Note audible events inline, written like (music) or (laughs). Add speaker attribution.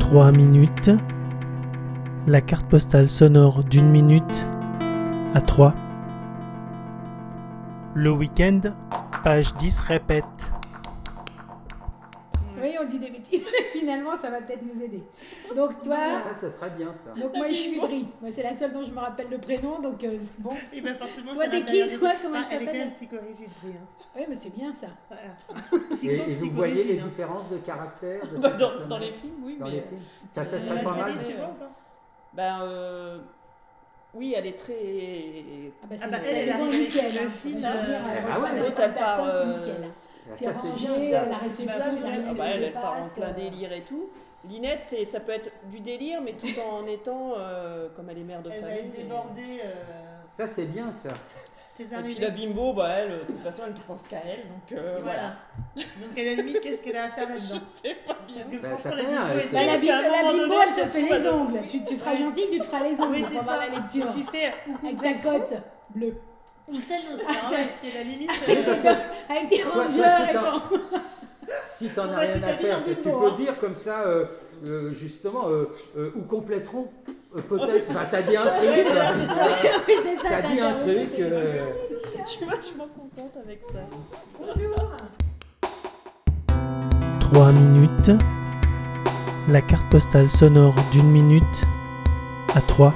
Speaker 1: 3 minutes, la carte postale sonore d'une minute à 3. Le week-end, page 10 répète.
Speaker 2: Oui, on dit des bêtises, (laughs) finalement, ça va peut-être nous aider. Donc, toi,
Speaker 3: Ça, ça serait bien ça.
Speaker 2: donc moi, je suis Brie. Moi, c'est la seule dont je me rappelle le prénom, donc euh, c'est bon.
Speaker 4: Et bien forcément,
Speaker 2: Toi,
Speaker 4: t'as
Speaker 2: t'es
Speaker 4: l'intérieur
Speaker 2: qui,
Speaker 4: des-
Speaker 2: toi Comment
Speaker 4: Ah,
Speaker 2: tu
Speaker 4: Elle est quand
Speaker 2: t'appelles
Speaker 4: même psychorigide, Brie. hein.
Speaker 2: Oui, mais c'est bien ça.
Speaker 4: Voilà.
Speaker 3: Et,
Speaker 4: Psycho-
Speaker 3: et vous voyez les
Speaker 4: psychorigide, hein.
Speaker 3: différences de caractère de
Speaker 5: Bah,
Speaker 3: ces
Speaker 5: dans, dans
Speaker 3: personnages
Speaker 5: les films, oui.
Speaker 3: Dans
Speaker 5: mais,
Speaker 3: les
Speaker 5: euh,
Speaker 3: films. Ça, ça
Speaker 5: dans
Speaker 3: serait
Speaker 5: la
Speaker 3: pas mal.
Speaker 5: série,
Speaker 4: tu vois, ou pas
Speaker 5: Ben, euh, oui, elle est très.
Speaker 2: Ah, bah, c'est
Speaker 4: Ah bah,
Speaker 2: la
Speaker 4: elle, elle
Speaker 2: maison
Speaker 4: arrive
Speaker 2: nickel.
Speaker 4: avec
Speaker 2: hein.
Speaker 4: le fils,
Speaker 2: On va
Speaker 4: euh,
Speaker 2: revenir à
Speaker 3: Ah,
Speaker 2: la
Speaker 3: ouais.
Speaker 2: recherche
Speaker 5: L'autre,
Speaker 2: de
Speaker 5: elle part.
Speaker 2: personne, c'est
Speaker 5: euh,
Speaker 2: nickel.
Speaker 3: Ah,
Speaker 2: C'est
Speaker 3: ça, c'est
Speaker 2: rangé,
Speaker 3: bien
Speaker 2: euh, la
Speaker 3: ça.
Speaker 2: réception,
Speaker 4: Ah
Speaker 5: Ah
Speaker 2: la
Speaker 5: bah, elle, elle part en
Speaker 2: dépasse,
Speaker 5: plein
Speaker 2: euh,
Speaker 5: délire et tout. Linette, c'est, ça peut être du délire, mais tout en (laughs) étant, euh, comme elle est mère de
Speaker 4: Elle va
Speaker 5: famille.
Speaker 4: être débordée. euh,
Speaker 3: Ça, c'est bien ça.
Speaker 4: tes
Speaker 5: Et puis
Speaker 4: arrivées.
Speaker 5: la bimbo, bah, elle, de toute façon, elle ne pense qu'à elle, donc euh, voilà.
Speaker 4: Voilà. Donc à la limite, qu'est-ce qu'elle a à faire là-dedans
Speaker 5: (laughs) Je sais pas bien.
Speaker 4: Parce que
Speaker 3: Bah, ça fait
Speaker 4: franchement, la
Speaker 3: rien,
Speaker 4: vidéo,
Speaker 3: c'est-
Speaker 2: Bah,
Speaker 3: Parce
Speaker 2: la bimbo,
Speaker 5: qu'à un moment
Speaker 2: la bimbo,
Speaker 5: donné,
Speaker 2: elle se
Speaker 5: elle se
Speaker 2: fait
Speaker 5: trouve
Speaker 2: les
Speaker 5: à-
Speaker 2: ongles. Tu, tu seras
Speaker 4: Oui.
Speaker 2: gentil, tu te feras les ongles
Speaker 4: Oui, c'est
Speaker 2: pendant
Speaker 4: ça.
Speaker 2: la
Speaker 4: (laughs)
Speaker 2: lecture. Ah,
Speaker 4: Tu fais
Speaker 2: Avec ta cote bleue.
Speaker 4: ou celle d'autre. hein, qui est la limite.
Speaker 3: Oui,
Speaker 4: euh,
Speaker 3: parce que (laughs)
Speaker 2: Avec tes
Speaker 3: toi, toi, si
Speaker 2: rangers et ton... (laughs)
Speaker 3: t'en- si t'en as
Speaker 4: Ouais, tu
Speaker 3: rien à
Speaker 4: t'habilles en
Speaker 3: faire, tu tu
Speaker 4: bimbo,
Speaker 3: peux
Speaker 4: hein.
Speaker 3: dire comme ça, euh, euh, justement, euh, euh, ou compléteront. euh, Peut-être. Enfin, t'as dit un truc. quoi.
Speaker 2: Oui, c'est ça,
Speaker 3: T'as dit un
Speaker 2: raison.
Speaker 3: truc. euh,
Speaker 5: Je suis vachement contente avec ça.
Speaker 2: Bonjour.
Speaker 1: 3 minutes, la carte postale sonore d'une minute à 3.